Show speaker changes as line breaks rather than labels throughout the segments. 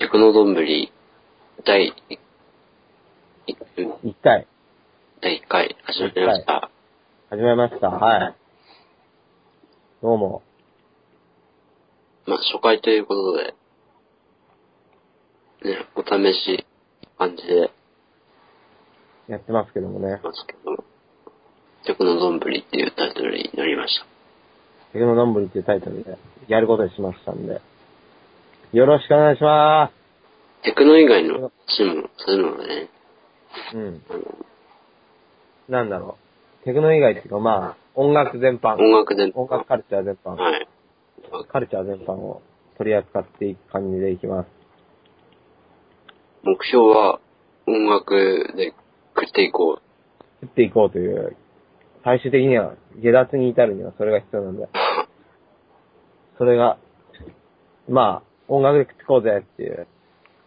食のどんぶり、第1、
一回、
第1回始まりました。
始めました。はい。どうも。
まあ、初回ということで、ね、お試し感じでやって
やってますけどもね。
ますけど、食のどんぶりっていうタイトルになりました。
テクノどんぶりっていうタイトルでやることにしましたんで。よろしくお願いしま
テクノ以外のチームもするのでね、
す。うん。なんだろう。テクノ以外っていうか、まあ、音楽全般。
音楽で、
音楽カルチャー全般。
はい。
カルチャー全般を取り扱っていく感じでいきます。
目標は音楽で食っていこう。
作っていこうという、最終的には、下脱に至るにはそれが必要なんで。それが、まあ、音楽で食ってこうぜっていう、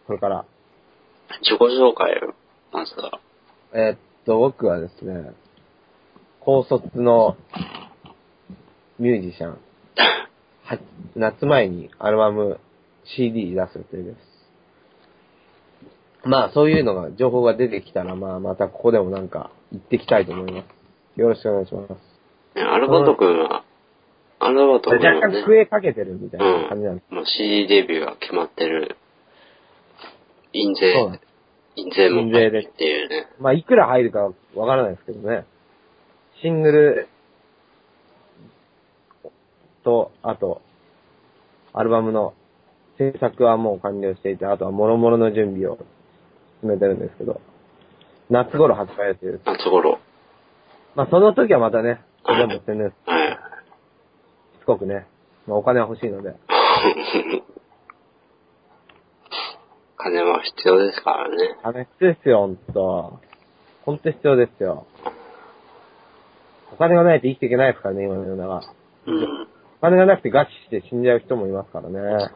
これから。
自己紹介を、まずは。
えーっと、僕はですね、高卒のミュージシャン。は夏前にアルバム CD 出す予定です。まあ、そういうのが、情報が出てきたら、まあ、またここでもなんか、行ってきたいと思います。よろしくお願いします。
ね、アルバト君は、アルバト君は
若干、
ね、
机かけてるみたいな感じなんで
うん、もう CD デビューが決まってる、印税
そうなんで、
印税も
印税で
っていうね。
す。まあ、いくら入るかわからないですけどね。シングルと、あと、アルバムの制作はもう完了していて、あとは諸々の準備を進めてるんですけど、夏頃発売予定です。
夏頃。
まあ、その時はまたね、それでも全然し
はい。
つこくね、まあ、お金は欲しいので、
金は必要ですからね。
あの、必要ですよ、ほんと。ほんと必要ですよ。お金がないと生きていけないですからね、今の世の中。
うん。
お金がなくて餓死して死んじゃう人もいますからね。
そうだね。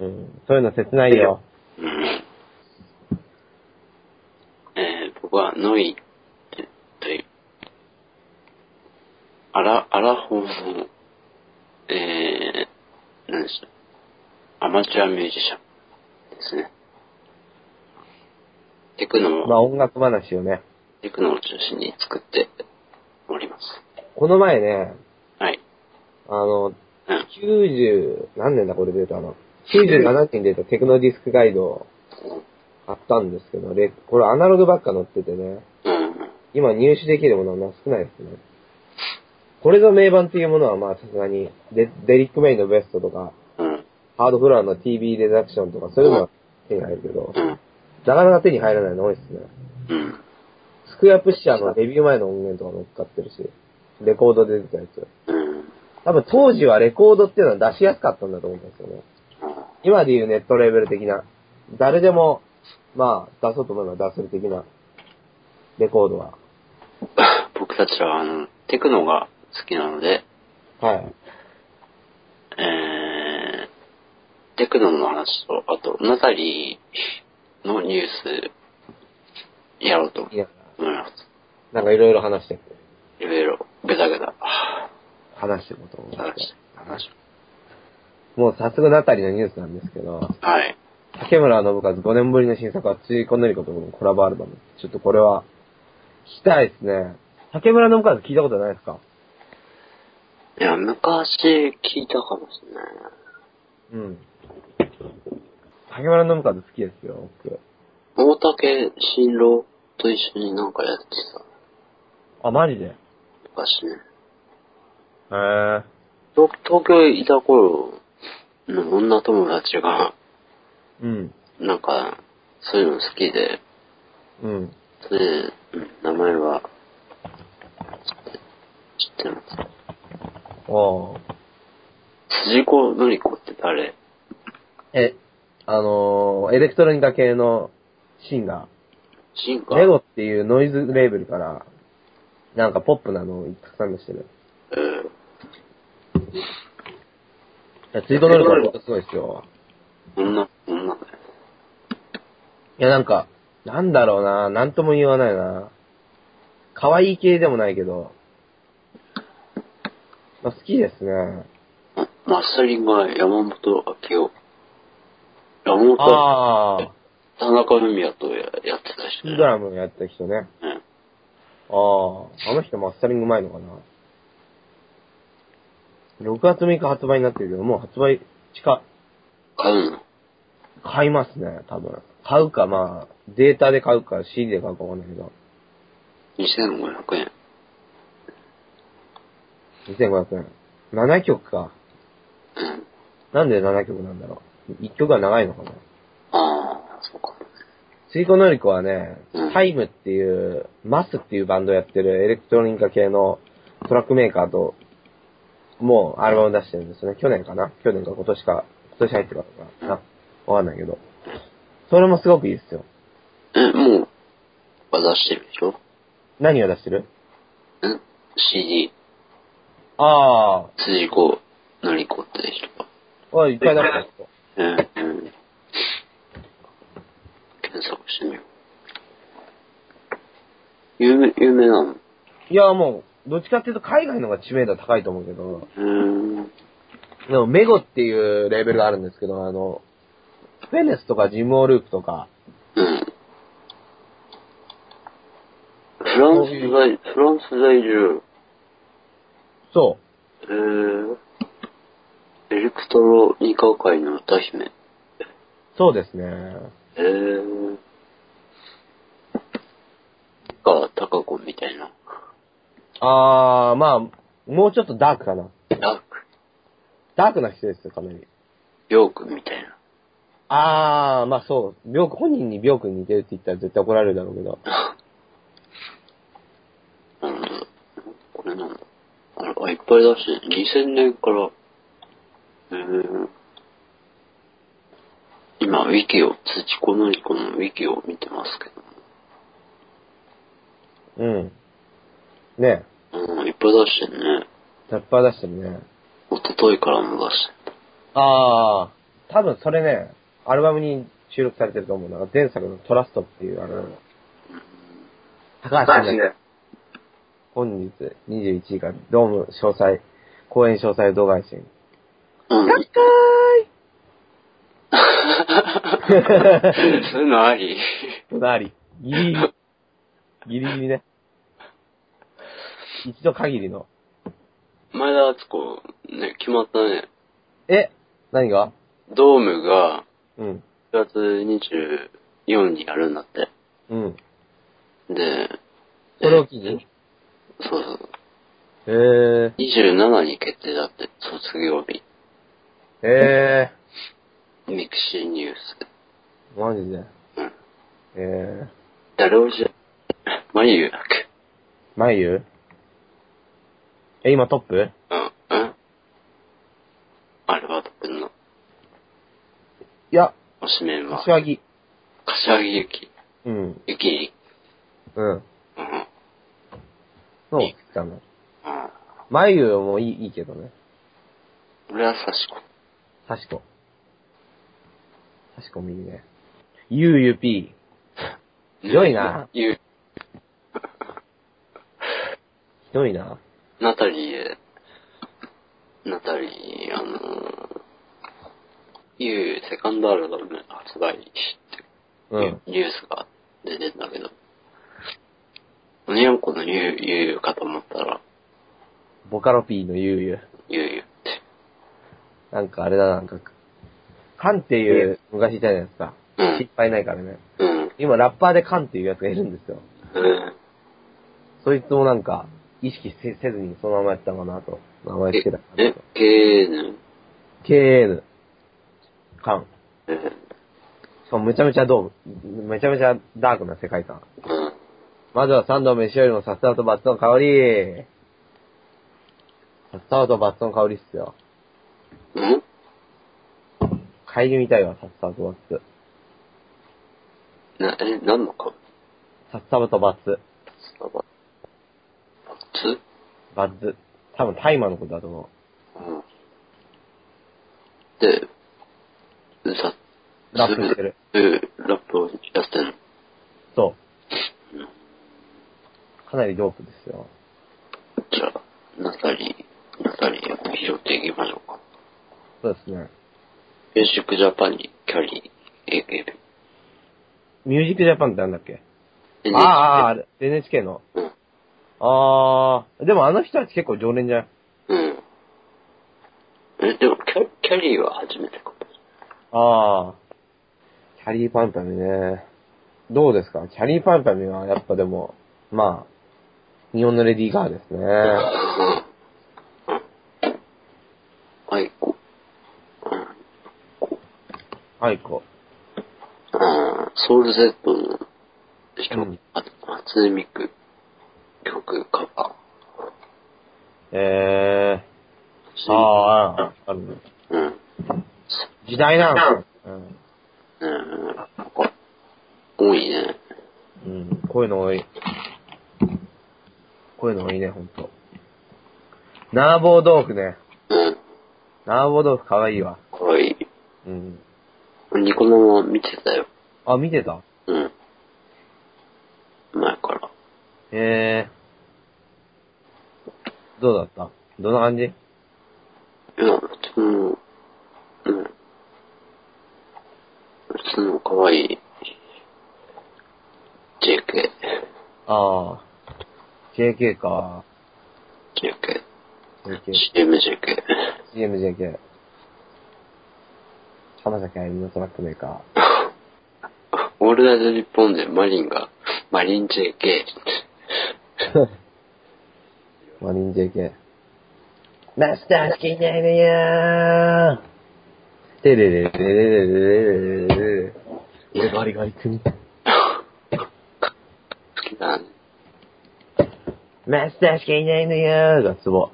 うん。そういうの切ないよ。
うん。えー、僕は、ノイ、えという、あら、あらほうの、えー、何でしたアマチュアミュージシャンですね。テクノを、
まあ音楽話をね。
テクノを中心に作っております。
この前ね、
はい。
あの、
うん。
90、何年だこれ出たの ?97 年に出たテクノディスクガイドを買ったんですけど、レこれアナログばっか載っててね、
うん。
今入手できるものは少ないですね。これぞ名盤っていうものはまあさすがにデ、デリック・メイのベストとか、
うん。
ハードフロアの TV レダクションとかそういうのは手に入るけど
う、ん。
なかなか手に入らないの多いですね。
うん。
スクエアプッシャーのレビュー前の音源とか乗っかってるし、レコードで出てたやつ。
うん。
多分当時はレコードっていうのは出しやすかったんだと思うんですよね。今で言うネットレーベル的な、誰でも、まあ、出そうと思えば出せる的な、レコードは。
僕たちは、あの、テクノが好きなので、
はい。
えー、テクノの話と、あと、ナタリーのニュース、やろうと思
いや
います。
なんかいろいろ話してる。
いろいろ、ぐだぐだ、は
話してることを
ぁ話して、話し
もう早速ナタリのニュースなんですけど、
てはい。
竹村信和5年ぶりの新作はついこのりことのコラボアルバム。ちょっとこれは、聞きたいですね。竹村信和聞いたことないですか
いや、昔聞いたかもしれないな。
うん。竹村信和好きですよ、僕。
大竹新郎と一緒になんかやってた、
あ、マジでへえ。
昔ね。
ー。
東東京いた頃の女友達が、
うん。
なんか、そういうの好きで、
うん。
それで、うん名前は、知ってます。
ああ。
辻子のり子って誰
え、あのーエレクトロニカ系のシンガ
シン
ー。
カ
レ
ー
ゴっていうノイズレーベルから、なんかポップなのをたくさん出してる。
うん。
いや、ツイート能力はほんとすごいですよ。
女、女だよ。
いや、なんか、なんだろうな、なんとも言わないな。可愛い系でもないけど、まあ、好きですね。
マスタリングは山本明夫。山本、
ああ、
田中文也とややってた人
ド
ね
ラムやった人ね。
うん。
ああ、あの人マスタリング前のかな。6月6日発売になってるけど、もう発売近、
買うの
買いますね、多分。買うか、まあ、データで買うか、CD で買うかわかんないけど。
?2500 円。
2500円。7曲か。
うん。
なんで7曲なんだろう。1曲は長いのかな。
ああ、そうかもね。
ついこのりこはね
うん、
タイムっていう、マスっていうバンドやってるエレクトロニカ系のトラックメーカーと、もうアルバム出してるんですね。去年かな去年か今年か、今年入ってからかな。わかんないけど。それもすごくいいですよ。
え、もう、は出してるでしょ
何を出してる
うん ?CD、
あ
辻子、のりこってでしょ
あ、あいっぱい出してますよ。
うん、うん。検索してみよう。有名、有名なのう
いや、もう、どっちかっていうと海外の方が知名度高いと思うけど、
ーん。
でもメゴっていうレーベルがあるんですけど、あの、フェネスとかジムオーループとか、
うん。フランス在、フランス在住、
そ
え
う、
ー、エレクトロニカ界の歌姫。
そうですね。
えー、か、タカコみたいな。
あー、まあ、もうちょっとダークかな。
ダーク、
ダークな人ですよ、かなり。
ヨークみたいな。
あー、まあそう、病本人に病君に似てるって言ったら絶対怒られるだろうけど。
なるほど。これなんだ。あれ、あ、いっぱい出してる、2000年から、えー、今、ウィキを、土子のりこのウィキを見てますけ
うん。ね
ど、うん、いっぱい出してるね。
え、ラッパー出してるね。
一昨日からも出してる。
あー、多分それね、アルバムに収録されてると思うんだが、前作のトラストっていうアルバム。高橋ね、本日21時から、ドーム詳細、公演詳細動画配信。
うん。
100回
そういうのあり
隣。ギリギリ。ギリギリね。一度限りの。
前田敦子、ね、決まったね。
え何が
ドームが、
うん。
1月24にやるんだって。
うん。
で、
それを機に
そうそう。
えー、
27に決定だって、卒業日。
え
ミクシーニュース。
ー、マジで。
うん。
えー、
誰をじゃ、眉毛だっけ
眉え、今トップ
うん。うんアルバート君の
いや、
推しメンは、
柏木。
柏木由紀。
うん。
由紀
うん。
うん。
そう、好きかな。
あ
眉もいい、いいけどね。
俺は刺し子。
確か。確かもいいね。ゆうゆぴひどいな。
ゆう
ひどいな。
ナタリーへ、ナタリー、あのー、ゆう、セカンドアルバム発売って
うん。
ニュースが出てんだけど、鬼奴のゆう、ゆうかと思ったら、
ボカロ P のゆうゆう。
ゆうゆうって。
なんかあれだ、なんか、カンっていう昔いたじゃないですか。
う
いっ
ん。
ぱいないからね。
うん。
今ラッパーでカンっていうやつがいるんですよ。
うん。
そいつもなんか、意識せせずにそのままやったのかなと。名前
え
つけたか、な
え
と。、
KN?
KN。カン。
えー
しかもめちゃめちゃドーム。めちゃめちゃダークな世界観。
うん。
まずは三度飯よりもさっさとバッツの香り。さっさとバッツの香りっすよ。
うん
嗅いでみたいわ、さっさとバッツ。
な、え、何のか
さっさとバッツ。
スタバ。バツ
バッツ。多分タイマーのことだと思
う
う。
ん。で、さ、
ラップしてる。
えラップをやってんの。
そう。かなりドープですよ。
じゃあ、ナタリー、ナタリーを拾っていきましょうか。
そうですね。
ベーシックジャパンにキャリー。え、え、
ミュージックジャパンってなんだっけ
え、
ああ、ああ、
あ。
あれ NHK の。
うん。
ああ、でもあの人たち結構常連じゃん。
うん。え、でも、キャキャリーは初めてかも。
ああ。キャリーパンパミね。どうですかキャリーパンパミはやっぱでも、まあ、日本のレディーガーですね。
うん。はい、こうん。
アイコ。
あーソウル Z の人、
うん
あ初音ミク曲カバ
え
ー。
ー。ああ、あるね。
うん。
時代なんですよ。
うん。なんか、多いね。
うん。うん。こういうの多い。こういうの多いね、ほんと。ナーボー豆腐ね。
うん。
ナーボー豆腐かわいいわ。
かわいい。
うん。
ニコ生見てたよ。
あ、見てた
うん。前から。
えー。どうだったどんな感じ
いや、普通の、うん。普通のかわいい JK。
ああ。JK か。
JK。
JK。
CMJK。
CMJK。浜崎あゆみのトラックメーカ
オールナイト日本でマリンが、マリン JK って。
ー。マリン JK。マスター好きだよー。てれれれれれれれれれ。俺ガリガリ君。
好きだね。
マスターしかいないのよーがツボ。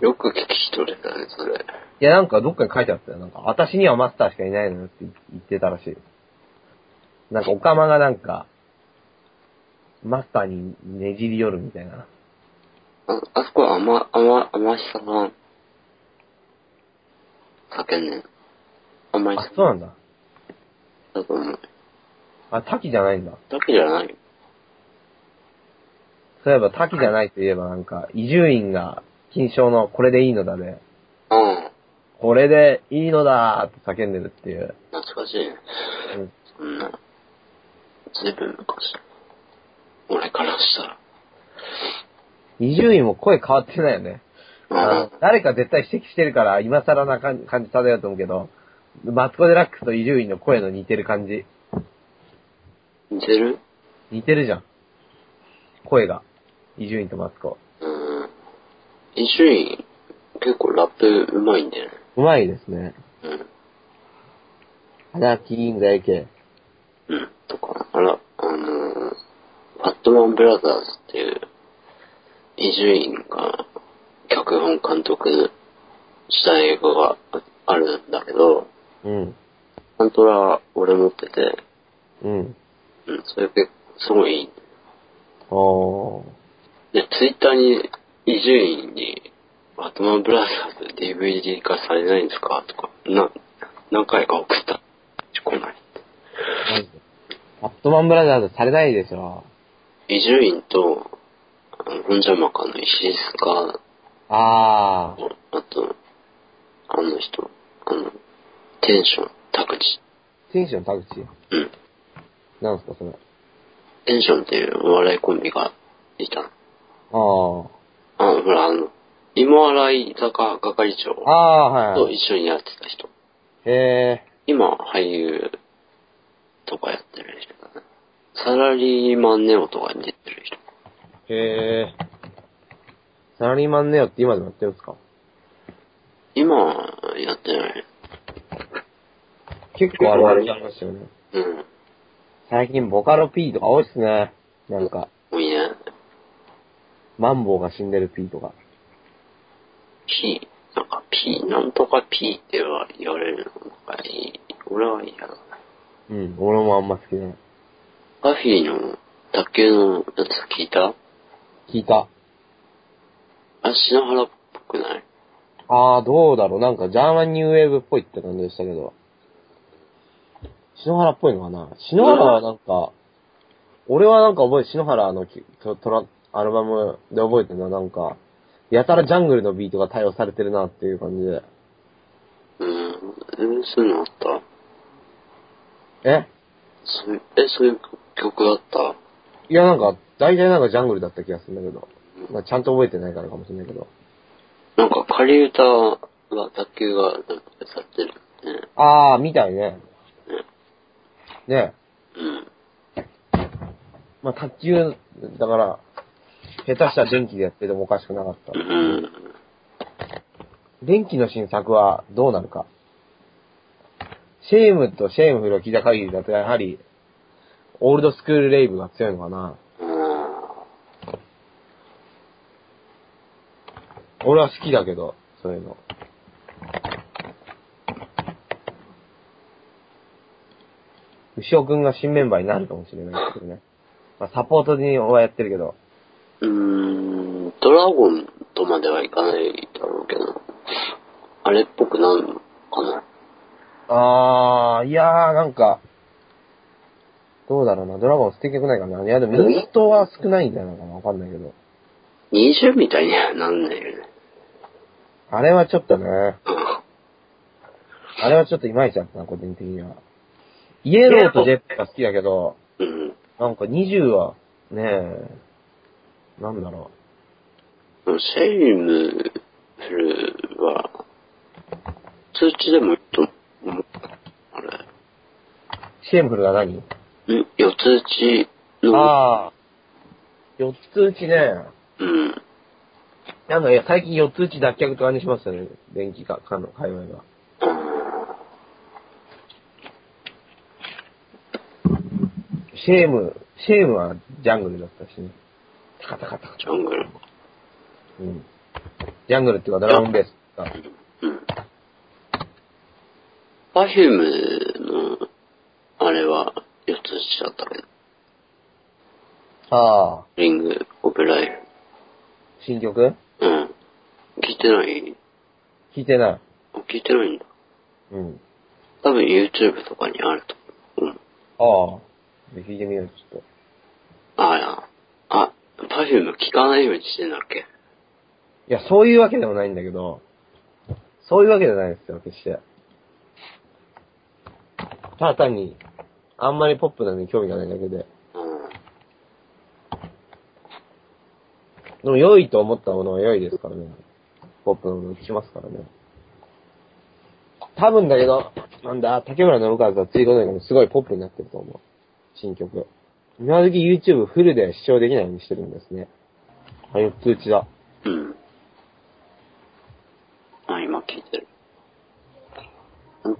よく聞き取れたね、それ。
いや、なんかどっかに書いてあったよ。なんか、私にはマスターしかいないのよって言ってたらしい。なんか、オカマがなんか、マスターにねじり寄るみたいな。
あ、あそこは甘、甘、甘久さん。叫んねん。甘久
あ、そう
さ
なんんだ。
だと思う。
あ、滝じゃないんだ。
だけじゃないよ。
そういえば、滝じゃないといえばなんか、伊集院が、金賞のこれでいいのだで、
うん。
これでいいのだーって叫んでるっていう。
懐かしいね。
うん
そんな。ずいぶん昔。俺からした
伊集院も声変わってないよね。
ら。
あの誰か絶対指摘してるから、今更な感感じ漂うと思うけど、マツコ・デラックスと伊集院の声の似てる感じ。
うん。似てる
似てるじゃん。声が。伊集院とマツコ。
うん。伊集院、結構ラップうまいんだよね。
うまいですね。
うん。
花金財系。
うん。とか、あら、あのー、ファットマンブラザーズっていう、伊集院が、脚本監督した映画がああるんだけど、
うん。
サントラ俺持ってて、
うん。
うん、それ結構すごいいい。
おー。
で、ツイッターに、伊集院に、ファットマンブラザーズ DVD 化されないんですかとか、な、何回か送った。来ない。
アットマンブラザーズされないでしょ。
伊集院と、あの、本邪魔かの石塚
あー。
あと、あの人、あの、テンション、拓司。
テンション田口
うん。
なんすかそれ。
テンションっていうお笑いコンビがいたの。
あー。
あ、ほら、あの、芋洗い坂係長
あー、
と
はい。
一緒にやってた人。
へ
今、俳優とかやってる人だね。サラリーマンネオとかに出てる人。
ー。へー。サラリーマンネオって今でもやってるんですか
今はやってない。
結構あるあるなんですよね。
うん。
最近ボカロ P とか多いっすね。なんか、
もういね。
マンボウが死んでる P とか。
P、なんか P、なんとか P っては言われるのがいい。俺は嫌だな。
うん、俺もあんま好きじゃない。
ガフィーの卓球のやつ聞いた
聞いた。
あ、篠原っぽくない
あー、どうだろう。なんか、ジャーマンニューウェーブっぽいって感じでしたけど。篠原っぽいのかな篠原はなんか、俺はなんか覚え、篠原のきトトラ、アルバムで覚えてるのはなんか、やたらジャングルのビートが対応されてるなっていう感じで。
うーん、えーそういうのあった
え
そういう、え、そういう曲だった
いや、なんか、大体なんかジャングルだった気がするんだけど。まあ、ちゃんと覚えてないからかもしれないけど。
なんか仮歌は卓球がなんか歌ってるね。
あー、みたいね。ね
うん。
まあ、卓球、だから、下手したら電気でやっててもおかしくなかった
う。ん。
電気の新作はどうなるか。シェームとシェームフルを聞いた限りだと、やはり、オールドスクールレイブが強いのかな。
あ
俺は好きだけど、そういうの。牛尾くんが新メンバーになるかもしれないけどね。まあ、サポートに俺はやってるけど。
ーうーん、ドラゴンとまではいかないだろうけど、あれっぽくなんのかな。
あー、いやー、なんか、どうだろうな、ドラゴン捨ててくないかな。いや、でも、ミートは少ないんじゃないかな、わかんないけど。
20みたいにはなんないよね。
あれはちょっとね、
うん
あれはちょっといまいちだったな、個人的には。イエローとジェットが好きだけど、
うん。
なんか20は、ねえ、なんだろ
シェイムフルは、通知でもいいと思う。あれ。
う。シェームフルが何
ん四つ打ちの、
ああ、4つ打ちね、
うん。
なんかいや最近4つ打ち脱却って感じしますよね、電気か、かの界隈が。
あ
シェーム、シェームはジャングルだったしね。タカタカタカ
ージャングル。
うん。ジャングルっていうかドラゴンベースか。
うん。パフュームの、あれは、四つ打ちだったけど、
ああ、
リング、オブライフ。
新曲
うん。聞いてない
聞いてない。
あ聞いてないんだ。
うん。
多分 YouTube とかにあると思う。うん。
ああ。で聞いてみよう、ちょっ
あら。あ、パフューム聞かないようにしてんだっけ
と。いや、そういうわけでもないんだけど、そういうわけじゃないですよ、決して。ただ単に、あんまりポップなのに興味がないだけで。
うん。
でも良いと思ったものは良いですからね。ポップのものを聞きますからね。多分だけど、なんだ、竹村信和はついごとにもすごいポップになってると思う。新曲。今時 YouTube フルで視聴できないようにしてるんですね。あ、4つ打ちだ。
うん。あ、今聞いてる。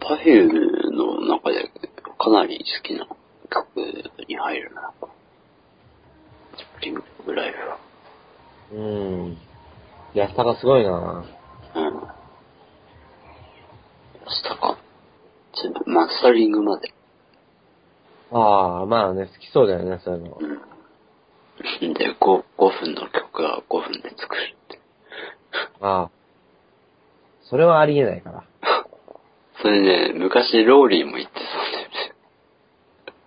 パフュームの中でかなり好きな曲に入るな。スプリングライフは。
うーん。安さがすごいな
うん。スタか。全部マスタリングまで。
ああ、まあね、好きそうだよね、そういうの。
うん。で、5、5分の曲は5分で作るって。
ああ。それはありえないから。
それね、昔ローリーも言ってたんだよね。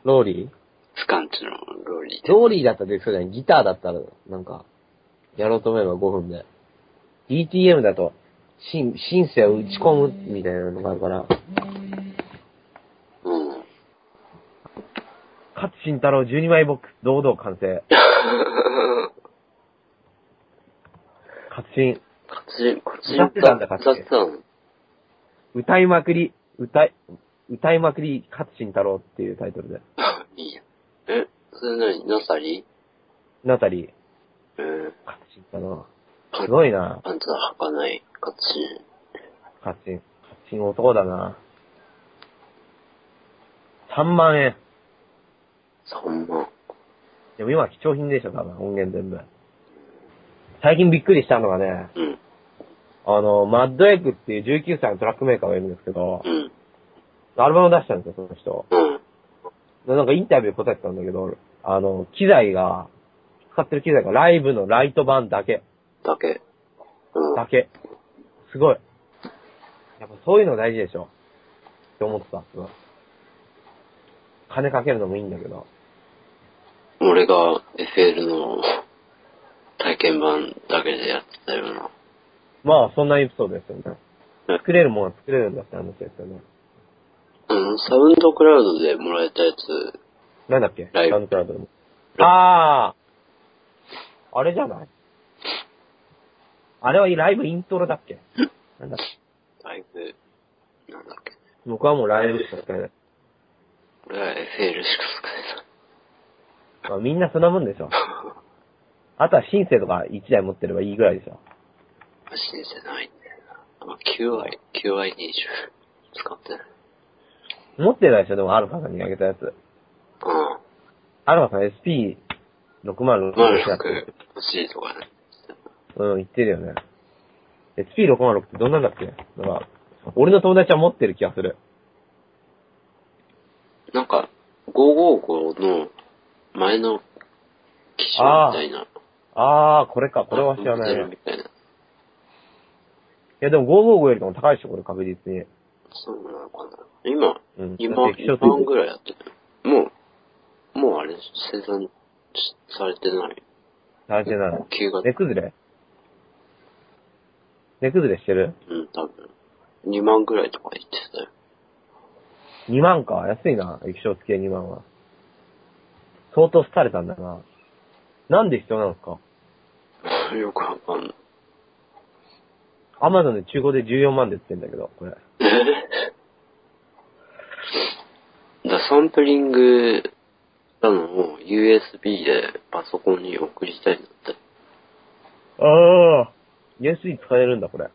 ローリー
スカンチのローリーで。
ローリーだったらできそうじゃないギターだったら、なんか、やろうと思えば5分で。DTM だと、シン、シンセを打ち込むみたいなのがあるから、
うん。
勝慎太郎12枚ボックス、堂々完 成。勝慎、
活人、活
歌ってたんだ活
歌
人
ってたの。
歌いまくり、歌い、歌いまくり、勝慎太郎っていうタイトルで。
いいや。え、それなに、ナサリ
なたり、
えー、
勝慎太郎。すごいな、
パンツは履かない、かつし、
勝慎。勝慎男だな。3万円。
3万。
でも今は貴重品でしょ、多分、音源全部。最近びっくりしたのがね、
うん、
あの、マッドエッグっていう19歳のトラックメーカーがいるんですけど
う、ん、
アルバムを出したんですよ、その人。
うん、
でなんかインタビュー答えてたんだけど、あの、機材が、使ってる機材がライブのライト版だけ、
だけ。うん、
だけ。すごい。やっぱそういうの大事でしょ。って思ってた、すごい金かけるのもいいんだけど。
俺が FL の体験版だけでやってたような。
まあ、そんなエピソードですよね。作れるものは作れるんだって話ですよね。
うん、サウンドクラウドでもらえたやつ、
なんだっけ
ライブ
サウンドクラウドでも。あああれじゃないあれはライブイントロだっけなんだっけ
ライブ、なんだっけ。
僕はもうライブしか使えない。
俺は FL しか
まあ、みんなそんなもんでしょ。
使えない。
あとはシンセとか1台持ってればいいぐらいでしょ。
人生ないんだよな。まあ、QI、QI20 使ってない。
持ってないでしょ、でもアルファさんにあげたやつ。
うん。
アルファさん SP606
まあ、
だっ
6
け
欲しいとかね。
うん、言ってるよね。SP606 ってどんなんだっけなんか、俺の友達は持ってる気がする。
なんか、555の前の機種みたいな。
あー、これか、これは知らない
モデル
な。い
みたいな。
や、でも555よりも高いでしょ、これ確実に。
そうなのかな。今、
うん
今、
液晶
2
ついてる
万ぐらいやってる。もう、もうあれ、生産しされてない。
77。
旧型
値。崩れ値崩れしてる
うん、多分。2万ぐらいとか言ってたよ。
?2 万か、安いな、液晶付きで2万は。相当廃れたんだな。なんで必要なのか。
よ くわかんない。
アマゾンで中古で14万で売ってんだけど、これ。
えだサンプリングしたのを USB でパソコンに送りたいんだって。
ああ。USB 使えるんだ、これ。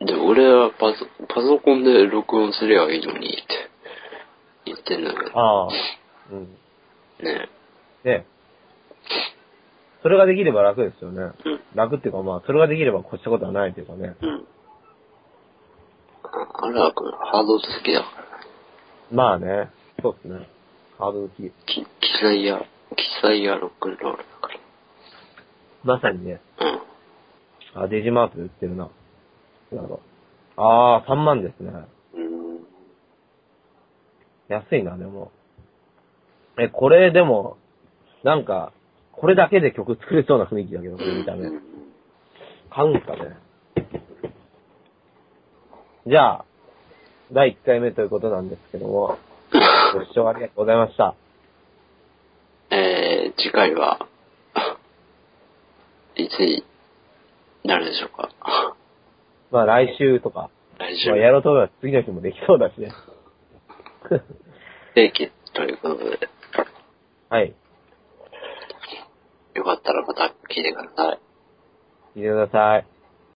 で、俺はパソパソコンで録音すりゃいいのにって言ってんだけ
ああ。うん。
どね。
ねそれができれば楽ですよね。
うん。
楽っていうかまあ、それができれば越したことはないというかね。
うん。あらくん、ハード好きだからね。
まあね。そうですね。ハード付き。
き機材や、機材やロックンロールだか
まさにね。
ら。うん。
あ、デジマートで売ってるな。なるほど。ああ、3万ですね。
うん。
安いな、でも。え、これでも、なんか、これだけで曲作れそうな雰囲気だけど、これ見た目。買うんすかね。じゃあ、第1回目ということなんですけども、ご 視聴ありがとうございました。
えー、次回は、いつになるでしょうか。
まあ来週とか、
来週
まあ、、やろうと思えば次の日もできそうだしね。
不定期ということで、
はい。
よかったらまた聞いてください。
見てください。